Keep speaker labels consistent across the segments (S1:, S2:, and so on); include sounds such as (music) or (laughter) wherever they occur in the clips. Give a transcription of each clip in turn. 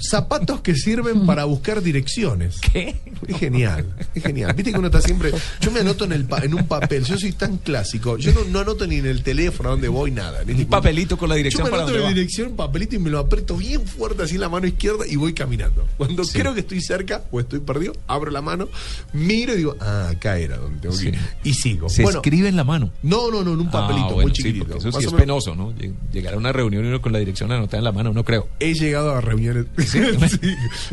S1: Zapatos que sirven para buscar direcciones.
S2: ¿Qué?
S1: Es genial, es genial. Viste que uno está siempre. Yo me anoto en, el pa- en un papel, yo soy tan clásico. Yo no, no anoto ni en el teléfono a dónde voy, nada. Ni
S2: Un papelito con la
S1: Yo
S2: dirección
S1: me
S2: para
S1: anoto en la
S2: donde va.
S1: dirección, papelito y me lo aprieto bien fuerte así en la mano izquierda y voy caminando. Cuando
S2: Sí.
S1: creo que estoy cerca o estoy perdido, abro la mano, miro y digo, ah, acá era donde tengo que ir.
S2: Sí.
S1: Y sigo.
S2: Se
S1: bueno,
S2: escribe en la mano.
S1: no, no, no, en un papelito
S2: Ah, bueno,
S1: muy
S2: sí,
S1: chiquitito.
S2: porque eso sí
S1: Más
S2: es
S1: o menos-
S2: penoso, ¿no? Lleg- Llegar a una reunión y uno con la dirección anotada en la mano, no creo.
S1: He llegado a reuniones. (laughs) Sí.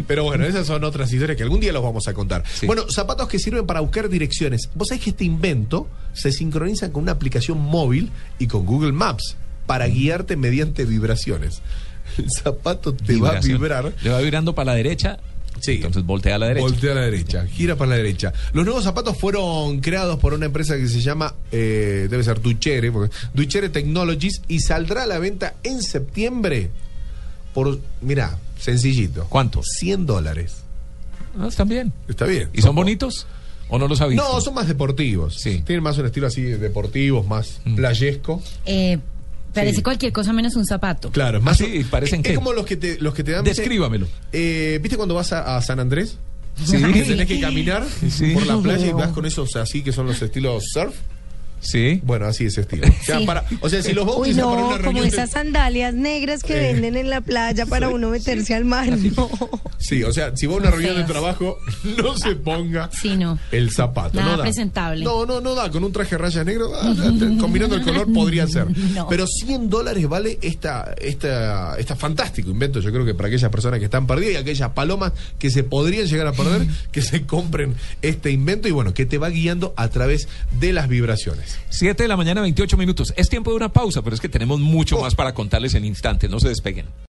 S1: Pero bueno, esas son otras historias que algún día los vamos a contar.
S2: Sí.
S1: Bueno, zapatos que sirven para buscar direcciones. Vos sabés que este invento se sincroniza con una aplicación móvil y con Google Maps
S2: Mm.
S1: para guiarte mediante vibraciones. El zapato te
S2: Vibración.
S1: va a vibrar.
S2: Le va vibrando para la derecha.
S1: Sí.
S2: Entonces voltea a la derecha.
S1: Voltea a la derecha, gira para la derecha. Los nuevos zapatos fueron creados por una empresa que se llama, eh, debe ser Duchere, porque- Duchere Technologies, y saldrá a la venta en septiembre por, mira, sencillito.
S2: ¿Cuánto?
S1: 100 dólares.
S2: Ah, están bien.
S1: Está bien.
S2: ¿Y son bonitos? ¿O no los habéis?
S1: No, son más deportivos.
S2: Sí.
S1: Tienen más un estilo así deportivo, más
S2: Mm.
S1: playesco.
S3: Eh, parece
S1: Sí.
S3: cualquier cosa menos un zapato.
S1: Claro, es más.
S2: Ah, sí, parecen
S1: es
S2: que-
S1: como los que te, los que te dan.
S2: Descríbamelo.
S1: Eh, ¿Viste cuando vas a, a San Andrés?
S2: Sí.
S1: Que tenés que caminar
S2: Sí.
S1: por la playa y vas con esos así que son los estilos surf.
S2: Sí.
S1: Bueno, así ese
S3: (laughs)
S1: estilo. O sea,
S3: Sí.
S1: para- o sea, si los vos
S4: Uy,
S1: utilizás para
S4: no,
S1: una
S4: como
S1: reunión. de-
S4: esas sandalias negras que
S1: Eh,
S4: venden en la playa para uno meterse al mar. No.
S1: Sí, o sea, si va a una reunión de
S3: feas.
S1: trabajo, (laughs) no se ponga
S3: Sí, no.
S1: el zapato.
S3: Nada
S1: no da.
S3: presentable.
S1: No, no, no da. Con un traje de rayas negro, ah, ah, combinando el color podría ser.
S3: (laughs) No.
S1: Pero 100 dólares vale esta, esta, esta fantástico invento. Yo creo que para aquellas personas que están perdidas y aquellas palomas que se podrían llegar a
S3: (laughs)
S1: perder, que se compren este invento y bueno, que te va guiando a través de las vibraciones.
S2: 7
S1: Oh.
S2: de la mañana, 28 minutos. Es tiempo de una pausa, pero es que tenemos mucho más para contarles en instantes. No se despeguen.